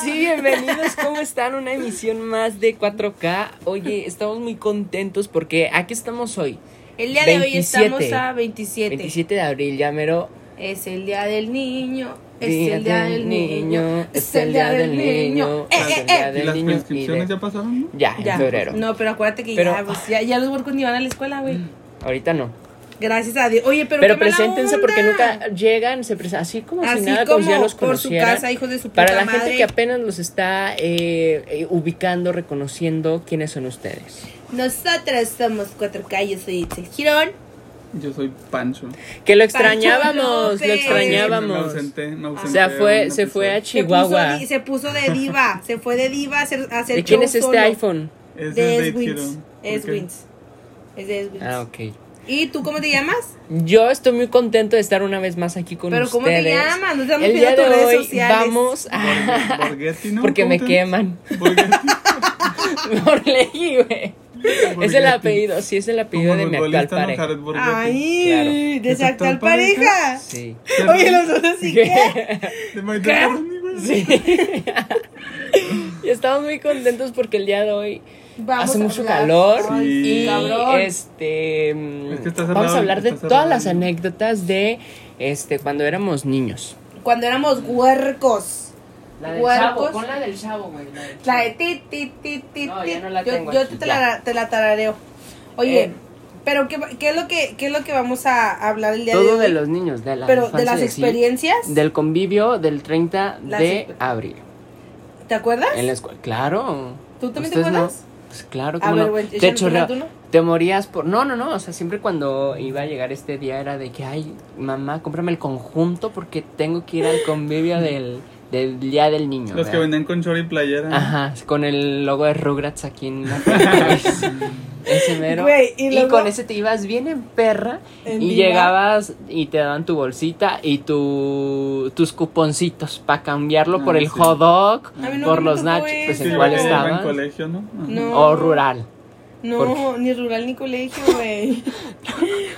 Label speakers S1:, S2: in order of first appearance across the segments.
S1: sí, bienvenidos. ¿Cómo están? Una emisión más de 4K. Oye, estamos muy contentos porque aquí estamos hoy.
S2: El día de hoy estamos a 27.
S1: 27 de abril, ya mero.
S2: Es el día del niño. Es
S1: Día
S2: el día del niño. Es el día del niño. Eh,
S1: es
S2: eh,
S1: el día
S2: eh.
S1: del
S3: ¿Y las
S1: niño y de-
S3: prescripciones ya pasaron? no?
S1: Ya,
S2: Ya.
S1: en febrero.
S2: No, pero acuérdate que
S1: Pero-
S2: ya, pues, ya, ya los huercos ni van a la escuela, güey.
S1: Ahorita no.
S2: Gracias a Dios. Oye, pero.
S1: Pero,
S2: qué mala
S1: preséntense
S2: onda.
S1: porque nunca llegan, se presentan así como
S2: Así
S1: si nada,
S2: como
S1: como si ya los
S2: por su
S1: conocieran.
S2: casa, hijos de su puta
S1: Para la gente
S2: madre.
S1: que apenas los está eh, eh, ubicando, reconociendo quiénes son ustedes.
S2: Nosotras somos 4K. Yo soy Itzel Girón.
S3: Yo soy Pancho.
S1: Que
S2: Pancho
S1: lo extrañábamos,
S2: López.
S1: lo
S3: Me
S1: extrañábamos.
S3: ausenté, me
S1: O
S3: ausenté
S1: sea, fue,
S3: un
S1: se fue a
S3: episodio.
S2: Se
S1: Chihuahua.
S2: puso di- Se puso, de diva. se fue de diva a hacer. a hacer
S1: ¿De quién
S2: show
S1: es este
S2: solo.
S1: iPhone?
S3: Ese
S2: De
S3: es
S2: Eswins.
S3: Kiro. ¿Por qué?
S2: Eswins. Es de Eswins.
S1: Ah, ok.
S2: ¿Y tú cómo te llamas?
S1: Yo estoy muy contento de estar una vez más aquí con
S2: Pero ¿cómo te
S1: ustedes.
S2: llamas? No estamos
S1: El día
S2: pidiendo
S1: de
S2: tus redes
S1: hoy
S2: sociales.
S1: vamos
S3: Borg-
S1: a...
S3: Borghetti, ¿no?
S1: Porque
S3: ¿Cómo
S1: me
S3: te-
S1: queman.
S3: Borghetti.
S1: Por ley, güey. Es el
S3: Borghetti.
S1: apellido, sí, es el apellido
S3: Como
S1: de mi
S3: futbolista,
S1: actual
S3: ¿no?
S1: pareja.
S3: Jared Borghetti.
S2: Ay, de
S3: ¿Es
S2: su actual
S3: actual pareja?
S2: pareja.
S1: Sí.
S2: Oye, los dos así que.
S3: De Maite
S2: ¿Qué?
S3: Perroni, güey.
S1: Sí. y estamos muy contentos porque el día de hoy
S2: Vamos
S1: hace
S2: a
S1: mucho
S2: hablar.
S1: calor
S2: Ay,
S1: y
S2: cabrón.
S1: este mm,
S3: Es que estás al
S1: vamos a
S3: lado,
S1: hablar de
S3: estás al
S1: todas
S3: lado.
S1: las anécdotas de este cuando éramos niños.
S2: Cuando éramos huercos. Huercos.
S1: la del chavo, güey.
S2: La de ti, ti, ti, ti,
S1: No,
S2: ti.
S1: ya no la
S2: yo
S1: tengo
S2: yo
S1: aquí,
S2: te,
S1: ya.
S2: la, te la tarareo. Oye,
S1: Eh.
S2: pero qué, qué es lo que, ¿qué es lo que vamos a hablar el día de
S1: Todo
S2: hoy?
S1: de los niños, de la
S2: pero de
S1: infancia
S2: las
S1: y así,
S2: experiencias.
S1: del convivio del 30
S2: Las
S1: de
S2: exper-
S1: abril.
S2: ¿Te acuerdas?
S1: En la escuela, claro.
S2: ¿Tú también te
S1: ¿Ustedes no?
S2: acuerdas?
S1: Pues claro,
S2: A
S1: como
S2: ver,
S1: no.
S2: güey,
S1: De
S2: échanos
S1: hecho,
S2: una,
S1: ra-
S2: tú no.
S1: te morías por... No, no, no, o sea, siempre cuando iba a llegar este día era de que, ay, mamá, cómprame el conjunto porque tengo que ir al convivio del, del Día del Niño.
S3: Los que
S1: ¿verdad?
S3: vendían con chori y playera.
S1: Ajá, con el logo de Rugrats aquí en la cabeza. Ese mero.
S2: Güey, y
S1: y
S2: luego-
S1: con ese te ibas bien en perra
S2: En
S1: y
S2: diva.
S1: llegabas y te daban tu bolsita y tu, tus cuponcitos para cambiarlo
S3: Ah,
S1: por el
S3: sí.
S1: hot dog,
S2: A mí no
S1: por
S2: me
S1: los
S2: tocó
S1: nachos,
S2: eso.
S1: pues
S3: Sí,
S1: en
S2: ¿En
S1: cuál
S3: porque iba En
S1: estabas.
S3: colegio, ¿no? Ajá.
S2: No.
S1: O rural. ¿Por
S2: No, ni rural ni colegio, güey.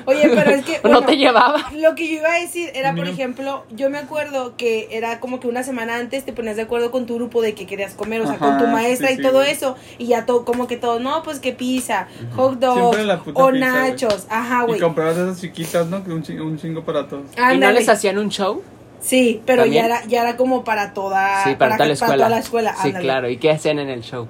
S2: Oye, pero es que.
S1: No
S2: bueno,
S1: te llevaba.
S2: Lo que yo iba a decir era, por
S3: Mira.
S2: ejemplo, yo me acuerdo que era como que una semana antes te ponías de acuerdo con tu grupo de que querías comer, o sea,
S3: Ajá,
S2: con tu maestra
S3: sí,
S2: y
S3: sí,
S2: todo
S3: güey.
S2: eso. Y ya todo, como que todo, no, pues que pizza, hot dogs
S3: Siempre la puta
S2: o
S3: pizza, güey.
S2: nachos.
S1: ah,
S2: Ajá,
S3: Y
S2: güey.
S3: comprabas esas chiquitas, ¿no? Que un chingo, un chingo para todos.
S1: Y no
S2: Ándale.
S1: les hacían un show.
S2: Sí, pero ya
S1: ¿También?
S2: era, ya era como Ah, para toda,
S1: Sí, para, tal escuela.
S2: toda la escuela.
S1: Sí,
S2: ándale.
S1: claro. ¿Y qué hacían en el show?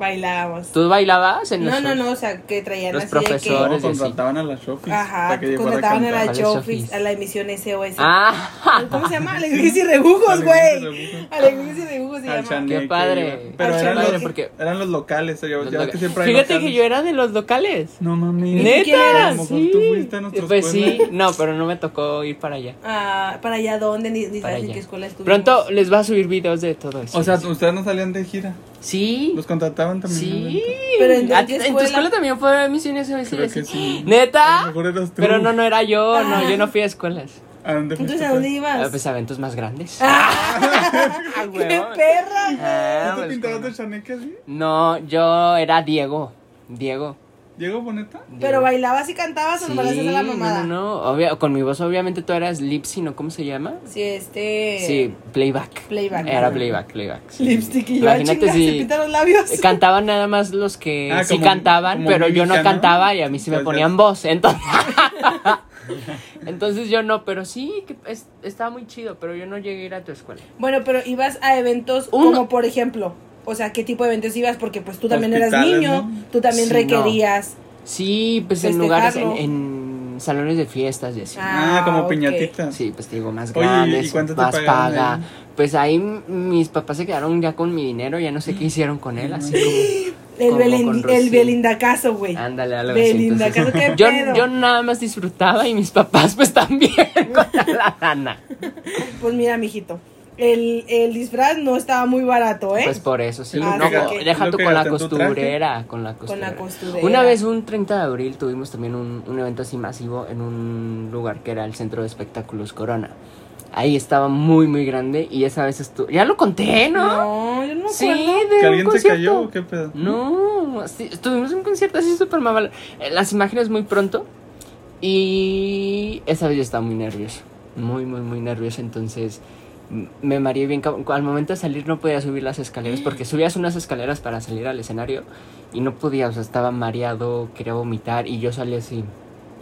S2: Bailábamos.
S1: ¿Tú bailabas en los
S2: No, no,
S1: shows?
S2: no, o sea, que traían
S1: Los
S2: así de que-
S1: profesores.
S3: No,
S1: Ahora sí.
S3: contrataban a las shoppies.
S2: Ajá, pues,
S3: para que
S1: pues
S3: llevara
S2: contrataban a
S3: cantar.
S2: la
S1: cantar.
S2: Chofis, a la emisión SOS.
S1: Ah,
S2: ¿Cómo se llama? Alegrías y rebujos,
S3: Alegrías y
S2: güey.
S3: Rebujos.
S2: Alegrías y rebujos se
S3: Al
S2: llama.
S3: chaneque,
S1: Qué padre.
S3: güey. Pero
S2: Al
S3: eran
S2: chaneque.
S3: los,
S1: Porque-
S3: eran los locales, oye,
S1: los
S3: ya ves que
S1: loca-
S3: siempre hay
S1: Fíjate que
S3: locales.
S1: yo era de los locales.
S3: No mami.
S1: Neta,
S3: A lo mejor
S1: sí.
S3: tú fuiste a nuestros
S1: Pues sí,
S3: pueblos.
S1: no, pero no me tocó ir para allá.
S2: Ah, para allá dónde, ni, ni
S1: Para
S2: sabes en
S1: allá.
S2: qué escuela estuvimos.
S1: Pronto les va a subir videos de todo eso.
S3: O sea, ustedes no salían de gira.
S1: sí,
S3: Los contrataban también.
S1: sí.
S2: Pero en-
S1: ¿A
S2: ¿en
S1: ti-
S2: qué
S1: en, tu
S2: escuela?
S1: escuela también fue misiones SOS?
S3: Creo que sí. A lo
S1: Neta,
S3: mejor eras tú.
S1: pero no, no era yo, no, yo no fui a escuelas.
S3: ¿A dónde fuiste?
S2: Entonces, ¿a dónde ibas?
S1: Ah, pues a eventos más grandes. Ah,
S2: ¡Qué
S1: huevón.
S2: perra, güey!
S1: Ah,
S3: ¿Tú te
S1: pues,
S3: pintabas
S1: ¿cómo?
S3: de chaneque así?
S1: No, yo era Diego. Diego.
S3: ¿Diego Boneta?
S2: Pero
S1: Diego.
S2: bailabas y cantabas o
S1: Sí,
S2: no parecías a la
S1: no,
S2: mamada.
S1: no, no, obvia- con mi voz obviamente tú eras Lipsy, ¿no? ¿Cómo se llama?
S2: Sí, este.
S1: Sí, playback.
S2: Playback.
S1: Era playback, playback. sí.
S2: Lipstick y yo.
S1: Imagínate
S2: Imagínate
S1: si-
S2: se pintan los labios.
S1: Eh, Cantaban nada más los que
S3: Ah,
S1: sí
S3: como-
S1: cantaban,
S3: como
S1: pero yo no
S3: Mimica, ¿no?
S1: cantaba y a mí sí me
S3: Pues ya.
S1: ponían voz. Entonces, entonces yo no, pero sí, que es- estaba muy chido, pero yo no llegué a ir a tu escuela.
S2: Bueno, pero ibas a eventos
S1: Uno.
S2: como, por ejemplo, o sea, ¿qué tipo de eventos ibas? Porque pues tú también eras
S3: Hospitales,
S2: niño,
S3: ¿no?
S2: tú también
S1: Sí,
S2: requerías.
S1: Sí, pues en lugares, en,
S2: Festejarlo.
S1: en salones de fiestas y así.
S2: Ah,
S3: Ah, como
S2: ok.
S3: piñatita.
S1: Sí, pues te digo, más
S3: Oye, ¿y
S1: grandes,
S3: cuánto te
S1: más
S3: pagaban
S1: paga.
S3: ahí?
S1: Pues ahí m- mis papás se quedaron ya con mi dinero, ya no sé qué hicieron con él, así como...
S2: El,
S1: Como
S2: Belén-
S1: con Ah.
S2: el
S1: Rocío.
S2: Belindacazo, güey.
S1: Ándale, algo así. entonces.
S2: Belindacazo, qué
S1: Yo,
S2: pedo.
S1: yo nada más disfrutaba y mis papás pues también con la lana.
S2: Pues mira, mijito, el, el disfraz no estaba muy barato, ¿eh?
S1: Pues por eso, sí.
S2: Ah,
S1: no,
S2: sí,
S1: co-
S2: que-
S1: deja
S3: lo
S1: tú
S3: que
S1: con la
S3: gastan tu traje.
S1: costurera, con la costurera.
S2: la costurera.
S1: Una vez, un 30 de abril, tuvimos también un, un evento así masivo en un lugar que era el Centro de Espectáculos Corona. Ahí estaba muy, muy grande y esa vez estuvo... Ya lo conté, ¿no?
S2: no, yo no me
S1: sí,
S2: acuerdo.
S1: de
S3: ¿Que
S1: un
S3: alguien se
S1: concierto.
S3: cayó o qué pedo?
S1: No, sí, estuvimos en un concierto así súper mamal. Eh, Las imágenes muy pronto. Y esa vez yo estaba muy nervioso. Muy, muy, muy nervioso. Entonces, m- me mareé bien. cabrón. Al momento de salir no podía subir las escaleras porque
S2: Mm.
S1: subías unas escaleras para salir al escenario y no podía, o sea, estaba mareado, quería vomitar y yo salí así.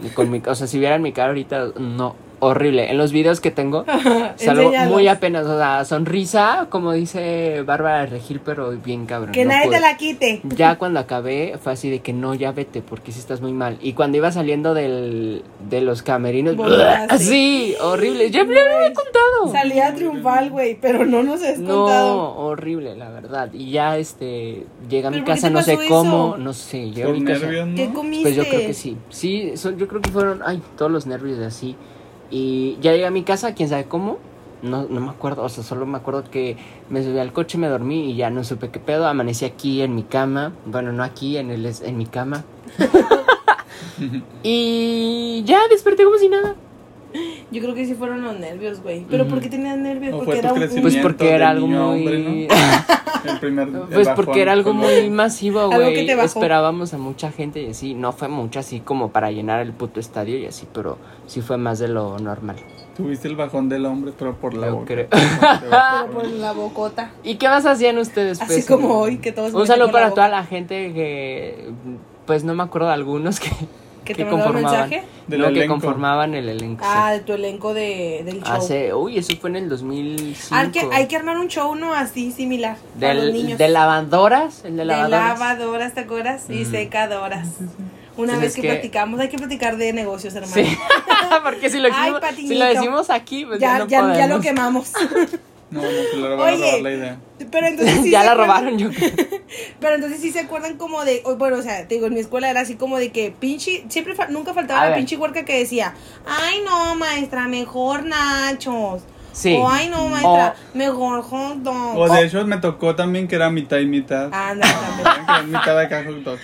S1: y Con mi, o sea, si vieran mi cara ahorita, no, horrible. En los videos que tengo, salgo
S2: Enséñalos.
S1: muy apenas, o sea, sonrisa, como dice Bárbara Regil, pero bien cabrón.
S2: Que
S1: no pues.
S2: nadie
S1: pude.
S2: te la quite.
S1: Ya cuando acabé fue así de que no, ya vete porque si estás muy mal. Y cuando iba saliendo del, de los camerinos,
S2: Vomitaste.
S1: así, horrible. Ya me lo había contado.
S2: Salida triunfal, güey, pero no nos has contado.
S1: No, horrible, la verdad. Y ya este, llegué a mi
S2: ¿Pero por qué
S1: casa,
S2: te
S1: no sé
S2: pasó
S1: cómo,
S2: eso?
S1: no sé, llegué a
S3: Por
S1: mi casa.
S3: nervios,
S2: ¿Qué
S3: ¿no?
S2: comiste?
S1: Pues yo creo que sí. Sí, son- yo creo que fueron, ay, todos los nervios de así. Y ya llegué a mi casa, quién sabe cómo. No, no me acuerdo, o sea, solo me acuerdo que me subí al coche, me dormí y ya no supe qué pedo. Amanecí aquí en mi cama. Bueno, no aquí, en, el, es- en mi cama. y ya desperté como si nada.
S2: Yo creo que sí fueron los nervios, güey. ¿Pero
S1: Ujú.
S2: por qué tenías nervios?
S3: ¿O
S2: Porque
S3: fue tu
S2: era un...
S3: crecimiento?
S1: Pues
S3: Sentimiento
S1: porque
S3: de
S1: era algo
S3: niño
S1: muy.
S3: hombre, El primer- el
S1: Pues
S3: bajón,
S1: porque era algo
S3: como-
S1: muy masivo,
S2: Algo que
S1: güey.
S2: te bajó.
S1: Esperábamos a mucha gente y así. No fue mucha así como para llenar el puto estadio y así, pero sí fue más de lo normal.
S3: Tuviste el bajón del hombre, pero por la
S1: Yo
S3: boca.
S1: creo.
S2: Pero por la bocota.
S1: ¿Y qué más hacían ustedes?
S2: Así
S1: pues?
S2: como hoy, que todos...
S1: Un
S2: me
S1: saludo
S2: tocan
S1: para
S2: la
S1: toda
S2: boca.
S1: la gente que, pues no me acuerdo de algunos que,
S2: ¿Que
S1: que
S2: te mandaron
S1: conformaban,
S2: mensaje?
S3: Del
S1: no, que
S3: elenco.
S1: conformaban el elenco. sí. Ah,
S2: Ah, de tu elenco de, del show.
S1: Hace, uy, eso fue en el 2005.
S2: Ah, que, hay que armar un show, ¿no? Así, similar. a los
S1: Del,
S2: niños.
S1: de lavadoras, el de
S2: De
S1: lavadoras. Mm.
S2: lavadoras, ¿te acuerdas? Y
S1: Ujú.
S2: secadoras. Una
S1: Pues
S2: vez
S1: es
S2: que,
S1: que-
S2: platicamos, hay que platicar de negocios, hermano.
S1: Sí, porque si lo,
S2: Ay,
S1: decimos, si lo
S2: Patiñito.
S1: decimos aquí, pues ya,
S2: ya,
S1: no
S2: ya, ya lo
S1: podemos.
S2: quemamos.
S3: No, no, que le van a
S2: Oye.
S3: robar la idea.
S2: Pero entonces sí
S1: ya
S2: se
S1: la
S2: acuerdan-
S1: robaron, yo creo.
S2: Pero entonces sí se acuerdan como de, o- bueno, o sea, te digo, en mi escuela era así como de que pinche, siempre fa- nunca faltaba
S1: A
S2: la
S1: ver.
S2: pinche huerca que decía, ay no, maestra, mejor nachos.
S1: Sí.
S2: O ay no, maestra, mejor hot dog.
S3: O de hecho, me tocó también que era mitad y mitad.
S2: Anda, también.
S3: Que era mitad de acá hot dog.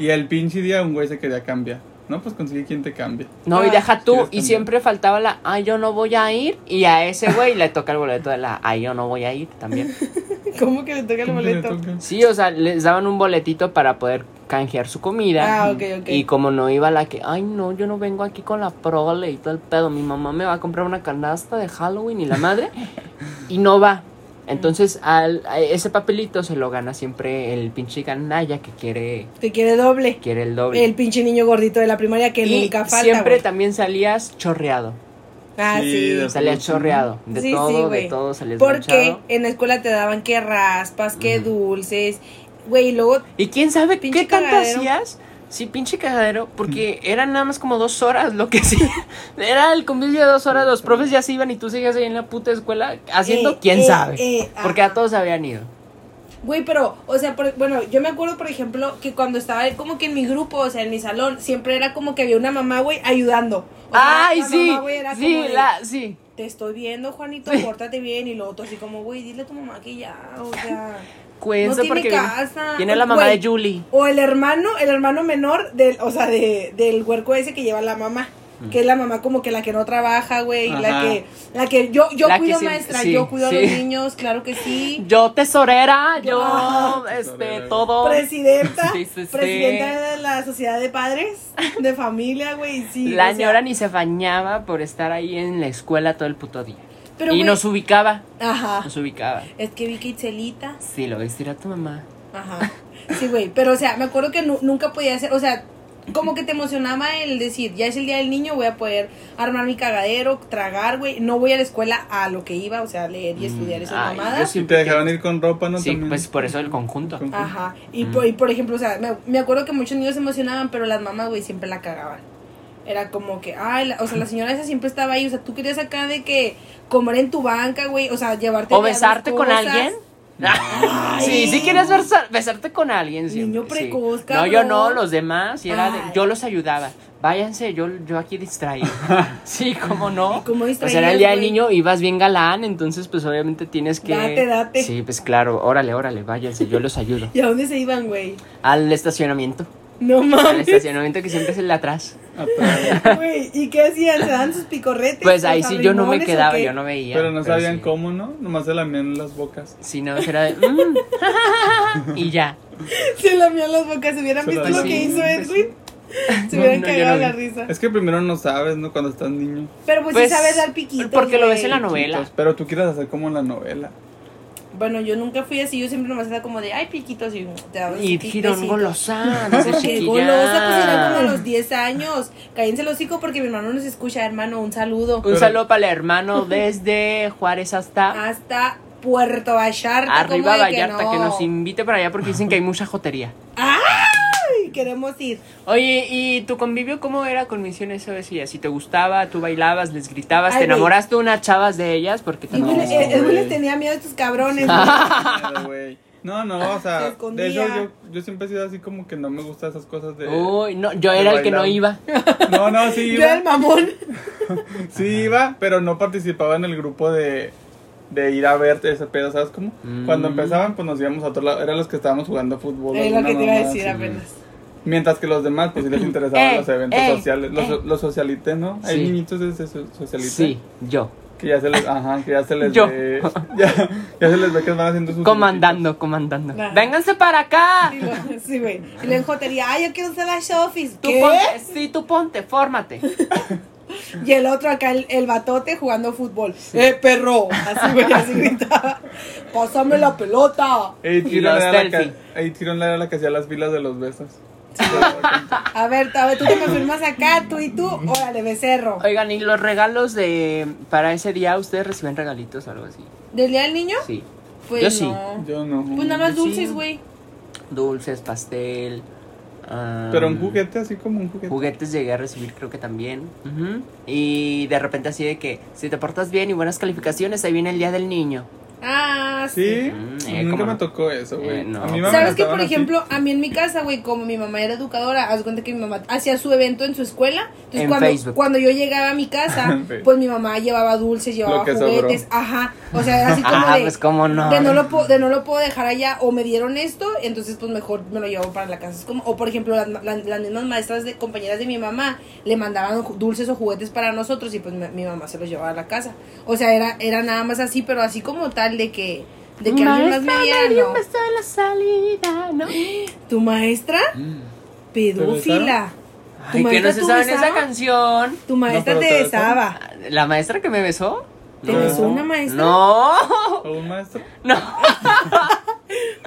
S3: Y el pinche día un güey se quería cambiar. No, pues consigue quien te cambie.
S1: No, y
S2: Ah.
S1: deja
S3: ¿Quieres
S1: tú, y
S3: cambiar?
S1: siempre faltaba la, ay, yo no voy a ir, y a ese güey le toca el boleto de la, ay, yo no voy a ir también.
S2: ¿Cómo que le toca el boleto?
S1: Sí, o sea, les daban un boletito para poder canjear su comida.
S2: Ah, ok, ok.
S1: Y como no iba la que, ay, no, yo no vengo aquí con la prole y todo el pedo, mi mamá me va a comprar una canasta de Halloween y la madre, y no va. Entonces, al, a ese papelito se lo gana siempre el pinche ganaya que quiere,
S2: Te quiere doble.
S1: quiere el doble.
S2: El pinche niño gordito de la primaria que
S1: y
S2: nunca falta.
S1: siempre
S2: güey.
S1: también salías chorreado.
S2: Ah,
S3: Sí,
S2: sí.
S3: de-
S1: Salías chorreado. De
S2: Sí, sí,
S1: todo, de
S2: güey.
S1: todo salías
S2: Porque
S1: manchado.
S2: en la escuela te daban que raspas, que
S1: Ujú.
S2: dulces. Güey, y luego
S1: Y quién sabe
S2: Pinche
S1: qué tanto
S2: cagadero.
S1: hacías. Sí, pinche cagadero, porque eran nada más como dos horas lo que sí. Era el convivio de dos horas, los profes ya se iban y tú seguías ahí en la puta escuela haciendo
S2: Eh,
S1: quién
S2: eh,
S1: sabe.
S2: eh,
S1: porque
S2: ajá.
S1: a todos habían ido.
S2: Güey, pero, o sea, por- bueno, yo me acuerdo, por ejemplo, que cuando estaba como que en mi grupo, o sea, en mi salón, siempre era como que había una mamá, güey, ayudando. O sea,
S1: Ay,
S2: la
S1: sí.
S2: mamá, güey, era
S1: sí,
S2: como de,
S1: la, sí.
S2: Te estoy viendo, Juanito, pórtate bien. Y lo otro, así como, güey, dile a tu mamá que ya, o sea.
S1: Cuenza
S2: tiene
S1: porque viene-
S2: casa.
S1: Tiene la mamá
S2: Güey.
S1: de Julie.
S2: O el hermano, el hermano menor del, o sea, de, del huerco ese que lleva la mamá.
S1: Mm.
S2: Que es la mamá como que la que no trabaja, güey, la
S3: Ajá.
S2: que, la que yo, yo
S1: La que
S2: cuido
S1: siempre-
S2: maestra,
S1: sí,
S2: yo cuido
S1: sí.
S2: a los niños, claro que sí.
S1: Yo tesorera, yo
S2: Ah.
S1: este
S3: Tesorera.
S1: todo.
S2: Presidenta,
S1: Sí, sí, sí.
S2: presidenta de la sociedad de padres, de familia, güey, sí. o
S1: la
S2: sea,
S1: señora ni se bañaba por estar ahí en la escuela todo el puto día.
S2: Pero,
S1: y
S2: güey,
S1: nos ubicaba,
S2: Ajá.
S1: nos ubicaba.
S2: Es que vi que Itzelita.
S1: Sí, lo ves a tu mamá.
S2: Ajá. Sí, güey, pero o sea, me acuerdo que nu- nunca podía hacer, o sea, como que te emocionaba el decir, ya es el día del niño, voy a poder armar mi cagadero, tragar, güey, no voy a la escuela a lo que iba, o sea, leer y estudiar esas
S1: Ay, Mm, ah, yo
S2: mamadas.
S1: sí
S3: Y te dejaban ir con ropa, ¿no?
S1: Sí,
S3: También.
S1: pues por eso el conjunto.
S3: Con-
S2: Ajá. Y,
S1: Mm.
S2: por, y por ejemplo, o sea, me, me acuerdo que muchos niños se emocionaban, pero las mamás, güey, siempre la cagaban. Era como que, ay, la- o sea, la señora esa siempre estaba ahí. O sea, tú querías acá de que comer en tu banca, güey. O sea, llevarte.
S1: ¿O
S2: a ver
S1: besarte con
S2: cosas.
S1: alguien? Sí, sí quieres besar- besarte con alguien. siempre,
S2: Niño
S1: sí.
S2: precoz,
S1: No,
S2: cabrón.
S1: yo no, los demás. y era de-
S2: Ay.
S1: yo los ayudaba. Váyanse, yo, yo aquí distraído. sí, cómo no.
S2: ¿Cómo
S1: Pues
S2: distraías,
S1: era el día del
S2: güey?
S1: niño y vas bien galán, entonces pues obviamente tienes que...
S2: Date, date.
S1: Sí, pues claro, órale, órale, váyanse, yo los ayudo.
S2: ¿Y a dónde se iban, güey?
S1: Al estacionamiento,
S2: No
S1: al
S2: mames,
S1: estacionamiento que siempre es el de atrás.
S3: Ah, Atrás.
S2: güey. ¿Y qué hacían? ¿Se dan sus picorretes?
S1: Pues ahí
S2: ¿Los
S1: sí yo no me
S2: arrimones o
S1: quedaba,
S2: qué?
S1: yo no veía. Pues
S3: Pero no sabían
S1: sí.
S3: cómo, ¿no? Nomás se lamían las bocas.
S1: Sí, no, era de... mm, y ya.
S2: Se lamían las bocas. ¿Hubieran
S3: Se
S2: visto
S3: la
S2: lo que
S1: lamían,
S2: hizo
S1: pues,
S2: Edwin? Se hubieran
S1: No, yo
S2: cagado
S1: no
S2: la
S1: vi. Pues,
S2: risa.
S3: Es que primero no sabes, ¿no? Cuando estás niño.
S2: Pero pues, sí sabes dar piquitos.
S1: Porque lo ves en la
S2: güey.
S1: novela.
S3: Entonces, pero tú quieres hacer como en la novela.
S2: Bueno, yo nunca fui así, yo siempre nomás era como de, ay, piquitos, y te daba
S1: Y
S2: sus
S1: Girón
S2: piquecitos.
S1: Golosán.
S2: No,
S1: ese
S2: Porque
S1: chiquilla.
S2: golosa, pues era como a los 10 años. Cállense el hocico porque mi hermano nos escucha, hermano, un saludo.
S1: Un saludo para el hermano desde Juárez hasta
S2: Hasta Puerto Vallarta. ¿cómo
S1: arriba
S2: de
S1: Vallarta, que,
S2: no?
S1: nos invite para allá porque dicen que hay mucha jotería.
S2: ¡Ay! Queremos ir.
S1: Oye, ¿y tu convivio cómo era con Misión SOS? Y así te gustaba, tú bailabas, les gritabas,
S2: Ay,
S1: te
S2: güey.
S1: enamoraste unas chavas de ellas porque te
S2: Y
S3: No,
S2: Edwin-
S1: enamoraste.
S2: Ed- eh, Edwin les
S3: güey.
S2: tenía miedo a estos cabrones.
S1: Ah.
S3: Pero, güey, No, no, o
S2: Se
S3: sea,
S2: escondía.
S3: de hecho yo, yo siempre he sido así como que no me gustan esas cosas
S2: eh,
S3: de...
S1: Uy, no, yo
S3: de
S1: era el que no
S3: bailar.
S1: iba.
S3: No, no, sí
S2: Yo era el
S3: iba,
S2: mamón.
S3: sí iba, pero no participaba en el grupo de, de ir a ver ese pedo, ¿sabes cómo?
S1: Mm.
S3: Cuando empezaban, pues nos íbamos a otro lado, eran los que estábamos jugando fútbol.
S2: Es lo
S3: alguna
S2: que te iba a
S3: mamada
S2: decir Eh,
S3: así.
S2: apenas.
S3: Mientras que los demás, pues sí les interesaban
S1: Ey,
S3: los eventos
S1: ey,
S3: sociales,
S2: eh.
S3: los,
S1: ey.
S3: los socialites, ¿no? Hay
S1: Sí.
S3: niñitos de so- socialites.
S1: Sí, yo.
S3: Que ya se les, ajá, que ya se les
S1: Yo.
S3: ve, ya, ya se les ve que van haciendo sus...
S1: Comandando, comandando.
S2: Ajá.
S1: Vénganse para acá.
S2: Y lo- Sí, güey. Y la enjotería, ay, yo quiero ser la showfis.
S1: Tú
S2: ¿Qué?
S1: ponte, sí, tú ponte, fórmate.
S2: Y el otro acá, el, el batote jugando fútbol. ¡Eh, perro! Así, güey, así gritaba. ¡Pásame la pelota!
S3: Ey,
S1: Y los
S3: Tirón era, la que,
S1: selfie.
S3: ey, Tirón era la que hacía las filas de los besos.
S2: A ver, a ver, tú te confirmas acá, tú y tú. Órale, becerro.
S1: Oigan, ¿y los regalos de para ese día ustedes reciben regalitos o algo así?
S2: ¿Del día del niño?
S1: Sí.
S2: Pues
S1: Yo sí.
S2: no.
S3: Yo no.
S2: Pues nada más
S1: Yo sí.
S2: dulces, güey.
S1: Dulces, pastel. ah,
S3: Pero un juguete así como un juguete.
S1: Juguetes llegué a recibir creo que también. Ujú. Y de repente así de que si te portas bien y buenas calificaciones, ahí viene el día del niño.
S2: Ah, sí.
S3: Sí,
S1: Mm, eh,
S3: nunca
S1: ¿cómo
S3: me
S1: no?
S3: tocó eso, güey.
S1: Eh, no.
S3: A mí me
S2: ¿Sabes que,
S3: amenazaban
S2: por
S3: así.
S2: ejemplo, a mí en mi casa, güey, como mi mamá era educadora, haz cuenta que mi mamá hacía su evento en su escuela. Entonces,
S1: En
S2: cuando,
S1: Facebook.
S2: cuando yo llegaba a mi casa,
S3: En Facebook.
S2: pues mi mamá llevaba dulces, llevaba
S3: Lo que sobró.
S2: juguetes, ajá. O sea, era así como
S1: Ah,
S2: de,
S1: pues cómo no.
S2: de no lo po- de no lo puedo dejar allá o me dieron esto, entonces pues mejor me lo llevo para la casa. Es como, o por ejemplo, las, ma- las- las mismas maestras de compañeras de mi mamá le mandaban ju- dulces o juguetes para nosotros y pues mi, mi mamá se los llevaba a la casa. O sea, era era nada más así, pero así como tal de que de que alguien más me diera, no.
S1: la salida, ¿no?
S2: ¿Tu maestra?
S1: Mm.
S2: Pedófila.
S1: Ay, que no se
S2: te
S1: saben esa
S2: besaba?
S1: canción.
S2: Tu maestra
S3: No, pero
S2: te
S3: te
S2: besaba.
S1: ¿La maestra que me besó?
S2: ¿Te
S1: No.
S2: besó una maestra?
S1: No,
S3: ¿A un maestro?
S1: no,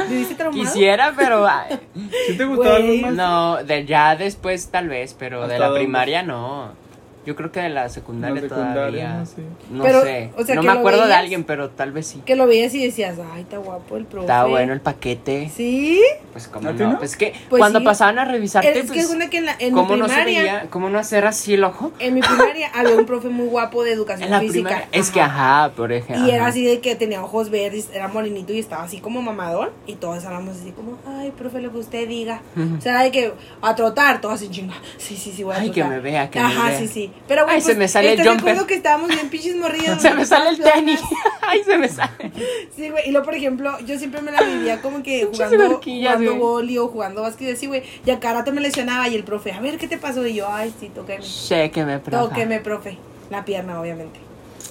S2: ¿Viviste traumado?
S1: quisiera, pero ay,
S3: ¿Sí te gustaba
S2: Güey.
S3: algún maestro?
S1: no, de ya después tal vez, pero de
S3: ¿Hasta
S1: la
S3: dónde?
S1: primaria no. Yo creo que de la secundaria,
S3: La secundaria,
S1: todavía.
S3: no sé.
S1: No
S2: Pero,
S1: sé.
S2: o sea,
S1: no
S2: que
S1: me
S2: lo
S1: acuerdo de
S2: veías.
S1: alguien, pero tal vez sí.
S2: Que lo veías y decías, ay, está guapo el profe.
S1: Estaba bueno el paquete.
S2: ¿Sí?
S1: Pues como
S3: ¿A ti
S1: no.
S3: no?
S1: Pues que
S2: Pues
S1: cuando
S2: sí.
S1: pasaban a revisarte,
S2: es que
S1: pues,
S2: es una que en, la, en mi
S1: ¿cómo no se
S2: primaria...
S1: veía? ¿Cómo no hacer así el ojo?
S2: en mi primaria había un profe muy guapo de educación
S1: En la
S2: física.
S1: primaria. Es que ajá, por ejemplo.
S2: Y era así de que tenía ojos verdes, era morenito y estaba así como mamadón. Y todos hablamos así como, ay, profe, lo que usted diga. O sea, era de que a trotar, todas en chinga. Sí, sí, sí, voy a
S1: Mm. Ay,
S2: trotar.
S1: que me vea, que me
S2: Ajá,
S1: vea.
S2: sí, sí. Pero bueno, pues,
S1: Ay, se me sale el
S2: Te
S1: jumper.
S2: recuerdo que estábamos bien pinches morridos.
S1: Se me sale el tenis. Ay, se me sale.
S2: Sí, güey. Y luego, por ejemplo, yo siempre me la vivía como que
S1: Pinches
S2: jugando,
S1: barquillas,
S2: jugando
S1: güey.
S2: boli o jugando básquet. Sí, güey. Y a cada rato me lesionaba y el profe, a ver, ¿qué te pasó? Y yo, ay, sí, tóqueme.
S1: Chequeme, profe.
S2: Tóqueme, profe. La pierna, obviamente.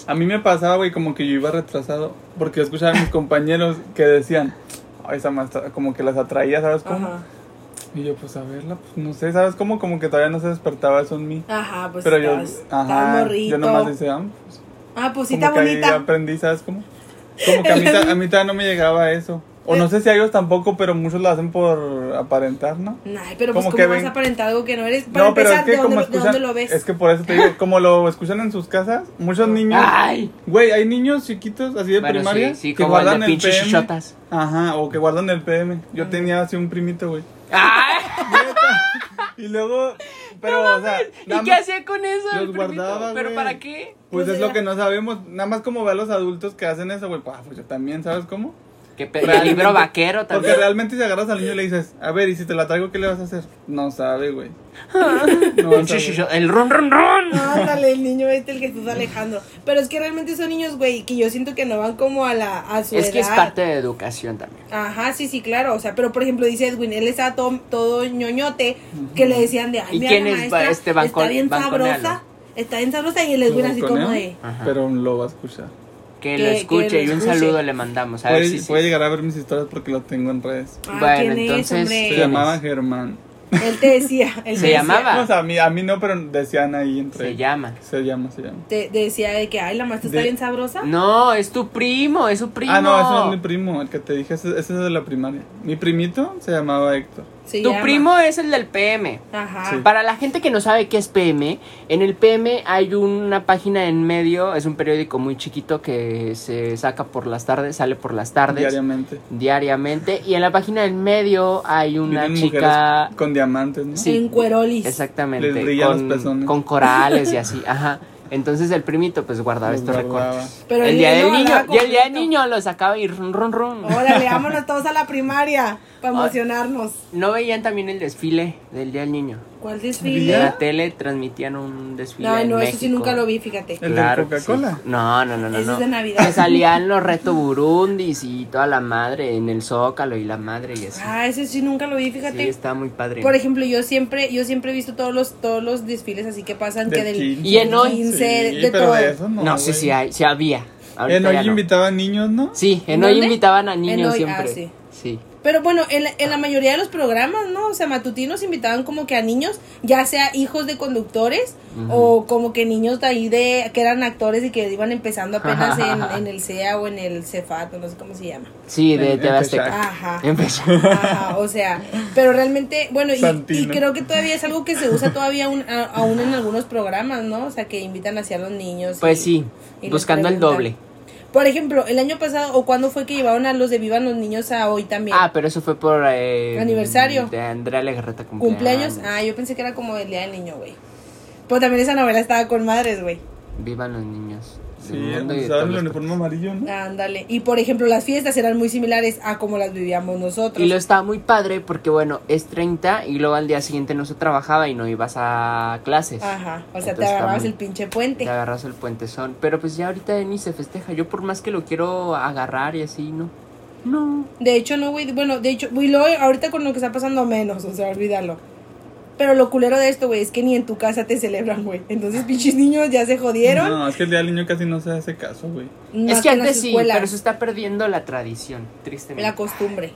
S3: A mí me pasaba, güey, como que yo iba retrasado porque yo escuchaba a mis compañeros que decían, ay, esa maestra, como que las atraía, ¿sabes cómo?
S2: Ajá.
S3: Y yo, pues a verla, pues no sé, ¿sabes cómo? Como que todavía no se despertaba eso en mí.
S2: Ajá, pues
S3: Pero yo,
S2: estabas- estabas
S3: ajá,
S2: morrito.
S3: yo nomás decía, ah, pues,
S2: Ah, pues sí,
S3: como
S2: está
S3: que ahí
S2: bonita.
S3: aprendí, ¿sabes cómo? Como que a mí, ta- a mí todavía no me llegaba eso. O
S2: Eh.
S3: no sé si a ellos tampoco, pero muchos lo hacen por aparentar, ¿no?
S2: Ay, pero pues
S3: Como
S2: cómo
S3: que
S2: vas
S3: ven-
S2: a aparentar algo que no eres. Para
S3: no, pero
S2: empezar,
S3: es
S2: ¿de,
S3: que como
S2: dónde, de
S3: escuchan,
S2: dónde lo ves?
S3: es que por eso te digo, como lo escuchan en sus casas, muchos niños,
S1: Ay.
S3: güey, hay niños chiquitos así de
S1: Ah. Bueno,
S3: primaria
S1: sí, sí,
S3: que
S1: como el
S3: guardan
S1: de
S3: el,
S1: pinches
S3: PM.
S1: chichotas.
S3: Ajá, o que guardan el PM. Yo tenía así un primito, güey.
S1: Ay.
S3: Neta. y luego, pero o sea, nada
S1: ¿Y qué
S3: más-
S1: hacía con eso?
S3: Los
S1: el primito?
S3: guardaba,
S1: ¿Pero
S3: güey.
S1: para qué?
S3: Pues
S2: Pues
S3: es lo
S2: era-
S3: que no sabemos, nada más como ve a los adultos que hacen eso, güey, pa, pues yo también, ¿sabes cómo?
S1: ¿Qué pe-
S3: Realmente-
S1: el libro vaquero también.
S3: Porque realmente si agarras al niño y le dices, a ver, y si te la traigo, ¿qué le vas a hacer? No sabe, güey. No
S1: Pinche
S3: sabe.
S1: chicho- El run, run, run.
S2: Ándale, el niño este, el que estás alejando. Pero es que realmente son niños, güey, que yo siento que no van como a la a su
S1: Es que es
S2: edad.
S1: parte de educación también.
S2: Ajá, sí, sí, claro. O sea, pero por ejemplo, dice Edwin, él estaba todo, todo ñoñote, que le decían de, ay,
S1: ¿Y
S2: mira,
S1: quién
S2: la
S1: es
S2: maestra
S1: ba- este banco-
S2: está bien
S1: banconealo?
S2: sabrosa. Está bien sabrosa y el Edwin así
S3: Con
S2: como
S3: él,
S2: de...
S1: Ajá.
S3: Pero lo va a escuchar.
S1: Que
S2: Que-
S1: lo
S2: que
S1: escuche
S2: lo
S1: y un
S2: escuche.
S1: saludo le mandamos. A ver
S3: Puede,
S1: si. sí.
S3: puede llegar a ver mis historias porque lo tengo en redes.
S2: Ah,
S1: Bueno,
S2: ¿quién es,
S1: entonces,
S2: hombre?
S3: Se
S1: ¿Quién
S3: llamaba
S1: es?
S3: Germán.
S2: Él te decía. Él
S1: Se
S2: te decía-
S1: llamaba.
S3: No, o sea, a mí, a mí no, pero decían ahí entre.
S1: Ah. Se llama.
S3: Se llama, se llama.
S2: Te, te decía de que, ay, la maestra está
S3: De-
S2: bien sabrosa.
S1: No, es tu primo, es su primo.
S3: Ah, no, ese no es mi primo, el que te dije, ese, ese es de la primaria. Mi primito se llamaba Héctor.
S2: Se
S1: Tu
S2: llama.
S1: primo es el del PM.
S2: Ajá.
S3: Sí.
S1: Para la gente que no sabe qué es PM, en el PM hay una página en medio, es un periódico muy chiquito que se saca por las tardes, sale por las tardes.
S3: Diariamente.
S1: diariamente y en la página del medio hay una
S3: Vienen
S1: chica
S3: mujeres con diamantes, ¿no?
S1: Sí.
S2: En cuerolis.
S1: exactamente
S3: Les brillan los
S1: con,
S3: pezones.
S1: con corales y así ajá entonces el primito pues guardaba
S3: Los
S1: estos
S3: guardaba.
S1: recortes
S2: Pero
S1: el día del niño
S2: hablaba
S1: y el día del
S2: completo.
S1: niño lo sacaba y run run run
S2: Órale, vámonos todos a la primaria para emocionarnos.
S1: no veían también el desfile del día del niño
S2: ¿Cuál
S1: en
S2: desfile?
S3: ¿Ya?
S1: la tele transmitían un desfile
S2: No,
S1: en
S2: no, eso
S1: México.
S2: sí nunca lo vi, fíjate.
S3: ¿El de
S1: que
S3: Coca-Cola?
S1: sí. No, no, no, no.
S2: Ese es
S1: no.
S2: de Navidad.
S1: Que salían los reto burundis y toda la madre en el zócalo y la madre y así.
S2: Ah, ese sí nunca lo vi,
S1: sí,
S2: fíjate.
S1: está muy padre.
S2: Por ejemplo, yo siempre, yo siempre he visto todos los, todos los desfiles así que pasan que
S3: Del
S2: del
S3: 15.
S1: Y en hoy.
S2: 15,
S3: Sí,
S2: de
S3: pero
S2: todo.
S3: de eso no.
S1: no, sí,
S3: güey.
S1: sí, hay, sí había. Ahorita
S3: En hoy
S1: ya no.
S3: invitaban niños, ¿no?
S1: Sí, en
S2: ¿En
S1: hoy
S2: dónde?
S1: invitaban a niños
S2: En hoy,
S1: siempre.
S2: ah, sí.
S1: sí.
S2: Pero bueno, en la, en la mayoría de los programas, ¿no? O sea, matutinos invitaban como que a niños, ya sea hijos de conductores o como que niños de ahí de que eran actores y que iban empezando apenas en, en el CEA o en el CEFAT, o no sé cómo se llama.
S1: Sí, de
S3: En-
S1: TV
S3: en
S1: Azteca.
S3: Shaq.
S2: Ajá.
S1: Empezó.
S2: Ajá, o sea, pero realmente, bueno, y, y
S3: Santino.
S2: creo que todavía es algo que se usa todavía aún, a- aún en algunos programas, ¿no? O sea, que invitan hacia los niños. y-
S1: Pues sí,
S2: y les
S1: buscando el
S2: preguntan.
S1: doble.
S2: Por ejemplo, el año pasado, ¿o cuándo fue que llevaron a los de Vivan los niños a hoy también?
S1: Ah, pero eso fue por... eh,
S2: Aniversario.
S1: De Andrea Legarreta cumpleaños.
S2: ¿Cumpleaños? Ah, yo pensé que era como el día del niño, güey. Pues también esa novela estaba con madres, güey.
S1: Vivan los niños.
S3: Sí,
S1: del mundo y de todos
S3: usaban el
S1: los-
S3: uniforme amarillo, ¿no?
S2: Ándale. Y por ejemplo, las fiestas eran muy similares a como las vivíamos nosotros.
S1: Y lo estaba muy padre porque, bueno, es 30 y luego al día siguiente no se trabajaba y no ibas a clases.
S2: Ajá. O sea,
S1: Entonces
S2: te
S1: está
S2: agarrabas
S1: muy-
S2: el pinche puente.
S1: Te agarras el puentezón. Pero pues ya ahorita ni se festeja. Yo por más que lo quiero agarrar y así, no. No.
S2: De hecho, no, güey. Bueno, de hecho, güey, luego ahorita con lo que está pasando menos, o sea, olvídalo. Pero lo culero de esto, güey, es que ni en tu casa te celebran, güey. Entonces, pinches niños ya se jodieron.
S3: No, es que el día del niño casi no se hace caso, güey.
S2: Más
S1: es que
S2: en las
S1: antes sí,
S2: escuelas,
S1: pero se está perdiendo la tradición, tristemente.
S2: La costumbre.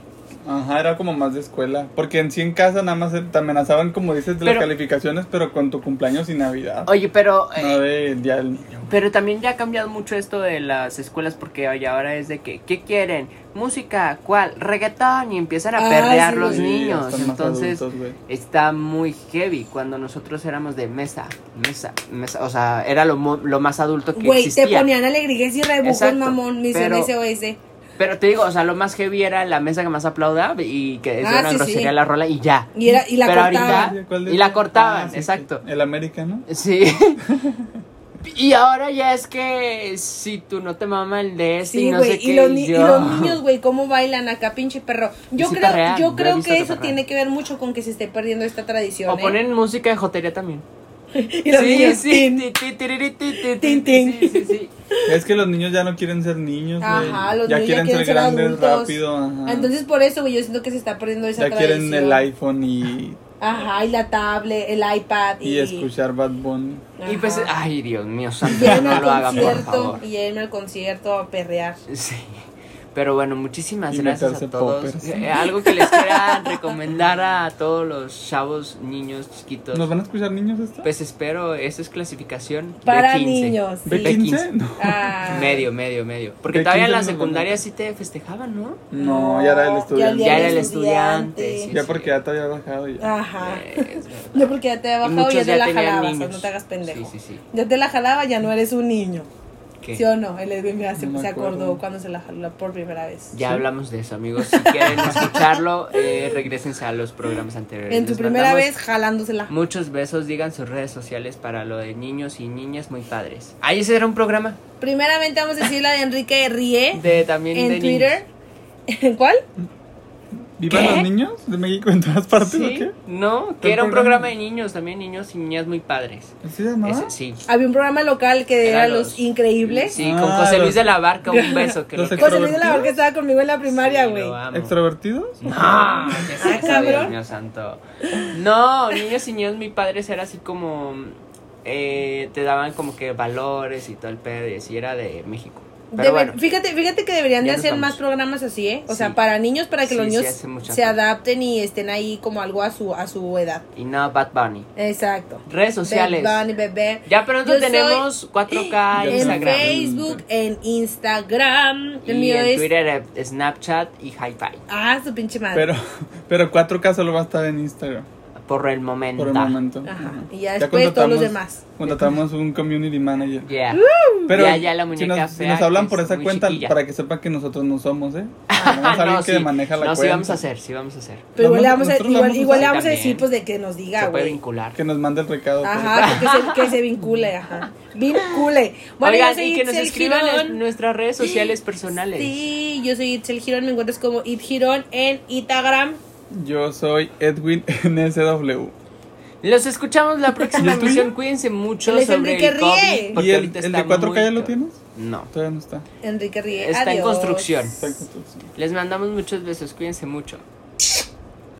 S3: Ajá, era como más de escuela. Porque en sí en casa nada más te amenazaban, como dices, de
S1: Pero-
S3: las calificaciones, pero con tu cumpleaños y Navidad.
S1: Oye, pero eh,
S3: No del día del niño.
S1: pero también ya ha cambiado mucho esto de las escuelas porque oye, ahora es de que ¿qué quieren? Música, ¿cuál? Reggaetón y empiezan a
S2: Ah,
S1: perder
S2: sí,
S1: los
S3: Sí,
S1: niños.
S3: están más
S1: Entonces
S3: adultos, güey.
S1: está muy heavy cuando nosotros éramos de mesa, mesa, mesa, o sea, era lo, mo- lo más adulto que
S2: Güey,
S1: existía.
S2: te ponían alegrías y rebujos,
S1: Exacto,
S2: mamón. Misión
S1: pero-
S2: SOS.
S1: Pero te digo, o sea, lo más heavy era la mesa que más aplauda y que es
S2: Ah,
S1: una
S2: sí,
S1: grosería
S2: sí.
S1: la rola y ya.
S2: Y, era, y la
S1: Pero
S2: cortaban.
S1: ahorita-
S3: ¿Cuál de-
S1: Y la cortaban,
S3: Ah, sí,
S1: exacto.
S3: sí. El América, ¿no?
S1: Sí. y ahora ya es que si tú no te mama el de este
S2: Sí,
S1: y no
S2: güey.
S1: sé qué.
S2: y, los ni- y
S1: yo-
S2: los niños, güey, cómo bailan acá, pinche perro. Yo
S1: sí
S2: creo,
S1: perrean, yo
S2: yo
S1: he
S2: creo
S1: visto
S2: que
S1: que
S2: eso
S1: perrean.
S2: tiene que ver mucho con que se esté perdiendo esta tradición.
S1: O
S2: ¿eh?
S1: ponen música de jotería también.
S2: y los niños, tin.
S1: ti, ti, tiriri, ti, ti,
S2: Tin,
S1: ti,
S2: tin.
S1: Sí, sí, sí.
S3: Es que los niños ya no quieren ser niños, güey.
S2: Ajá, los
S3: ya
S2: niños
S3: quieren ser, grandes
S2: adultos.
S3: rápido,
S1: Mm.
S3: ajá.
S2: Entonces por eso, güey, yo siento que se está perdiendo esa
S3: ya
S2: tradición.
S3: quieren el iPhone y,
S2: Ajá, y la tablet, el iPad
S3: y escuchar Bad Bunny.
S2: Ajá.
S1: Y pues, ay, Dios mío, santo,
S2: Y irme
S1: no
S2: al
S1: lo hagan, por
S2: concierto,
S1: favor.
S2: y irme al concierto a perrear.
S1: Sí. Pero bueno, muchísimas
S3: Y
S1: gracias a
S3: meterse
S1: todos.
S3: poppers.
S1: Eh, algo que les quiera recomendar a todos los chavos, niños, chiquitos.
S3: ¿Nos van a escuchar niños esto?
S1: Pues espero, esa es clasificación
S2: Para
S1: B15.
S2: niños. sí.
S3: ¿B15? No.
S2: Ah.
S1: Medio, medio, medio. Porque
S3: ¿De
S1: todavía en la
S3: 15 no
S1: secundaria
S3: conozco?
S1: sí te festejaban, ¿no?
S3: No, ya era el estudiante.
S1: Ya era el estudiante, sí.
S3: Ya porque ya te había bajado ya.
S2: Ajá.
S1: Es verdad.
S2: No, porque ya te
S1: Eh, Y
S2: había bajado
S1: muchos
S2: y ya te la
S1: tenían
S2: jalabas, o sea,
S1: niños.
S2: no te hagas pendejo.
S1: Sí, sí, sí.
S2: Ya te la jalaba, ya no eres un niño.
S1: ¿Qué?
S2: ¿Sí o no? El Edwin mira, se,
S3: No me
S2: se acordó
S3: acuerdo.
S2: cuando se la jaló por primera vez.
S1: Ya hablamos de eso, amigos. Si quieren escucharlo, eh, regresense a los programas anteriores.
S2: En tu
S1: Les
S2: primera
S1: mandamos
S2: vez jalándosela.
S1: Muchos besos, digan sus redes sociales para lo de niños y niñas muy padres. Ahí ese era un programa
S2: Primeramente vamos a decir la de Enrique Rie
S1: de también de
S2: en
S1: niños.
S2: Twitter. ¿En cuál?
S3: ¿Vivan
S1: ¿Qué?
S3: los niños de México en todas partes o
S1: Sí,
S3: qué?
S1: no, que
S3: ¿Qué
S1: era un
S3: programa?
S1: programa de niños también, niños y niñas muy padres.
S3: ¿Así se llamaba?
S1: Ese, sí.
S2: Había un programa local que
S1: Era
S2: era,
S1: los-
S2: Los, Increíbles.
S1: Sí, con
S3: Ah,
S1: José
S3: los-
S1: Luis de la Barca, un beso. Que
S3: los
S1: lo-
S2: José Luis de la Barca
S3: ¿Extrovertidos?
S2: estaba conmigo en la primaria,
S1: Sí,
S2: güey.
S1: lo amo.
S3: ¿Extrovertidos?
S1: No, ah,
S2: cabrón.
S1: Dios mío santo. No, niños y niños, mi padre era así como. eh, te daban como que valores y todo el pedo, y así era de México. Pero
S2: Debe-
S1: bueno,
S2: fíjate, fíjate que deberían
S1: ya
S2: de
S1: nos
S2: hacer
S1: vamos.
S2: más programas así, ¿eh? O
S1: Sí.
S2: sea, para niños, para que
S1: Sí,
S2: los
S1: sí
S2: niños
S1: hace mucha
S2: se
S1: falta.
S2: adapten y estén ahí como algo a su, a su edad.
S1: y no Bad Bunny.
S2: Exacto.
S1: Redes sociales.
S2: Bad Bunny, bebé.
S1: Ya pronto
S2: Yo soy-
S1: tenemos 4K
S3: Yo
S2: En
S1: Instagram.
S2: Facebook, en Instagram. El
S1: y
S2: mío
S1: en
S2: es.
S1: Twitter, eh, Snapchat y Hi-Fi.
S2: Ah, su pinche madre.
S3: Pero, pero 4K solo va a estar en Instagram
S1: Por el momento.
S3: por el momento.
S2: Ajá.
S3: Ajá.
S2: Y ya después todos los
S3: contratamos-
S2: demás.
S3: Contratamos un community manager.
S1: Yeah.
S3: Pero
S1: Ya, ya la
S3: si,
S1: muñeca
S3: nos, si
S1: fea
S3: nos
S1: que
S3: hablan
S1: es
S3: por esa
S1: muy
S3: cuenta,
S1: chiquilla.
S3: para que sepa que nosotros no somos, ¿eh? Tenemos
S1: Ah,
S3: a alguien
S1: no,
S3: que
S1: sí.
S3: maneja la
S1: No,
S3: cuenta.
S1: sí vamos a hacer, sí vamos a hacer.
S2: Pero igual le vamos
S3: Nosotros
S2: a,
S3: la
S2: igual,
S3: vamos a
S2: igual le
S1: usar
S2: vamos a decir,
S1: también.
S2: pues, de que nos diga,
S1: Se puede
S2: güey.
S1: vincular.
S3: Que nos mande el recado. pues.
S2: Ajá, que se, que se vincule, ajá. Vincule. Bueno, yo
S1: Oigan,
S2: soy
S1: y que nos
S2: Itzel
S1: escriban
S2: Girón.
S1: en nuestras redes sociales personales.
S2: Sí, yo soy Itzel Girón, me encuentras como It Girón en Instagram.
S3: Yo soy Edwin NSW.
S1: Los escuchamos la próxima
S3: ¿Y el tuyo?
S1: emisión. Cuídense mucho
S2: Él es
S1: sobre
S2: Enrique
S1: el COVID.
S2: Ríe.
S3: ¿Y
S1: porque
S3: el,
S1: ahorita
S3: el
S1: está
S3: de 4K ya
S1: muy
S3: lo
S1: peor.
S3: tienes?
S1: No.
S3: Todavía no está.
S2: Enrique Ríe.
S1: Está en
S2: Eh, adiós.
S1: construcción.
S3: Está en construcción.
S1: Les mandamos muchos besos. Cuídense mucho.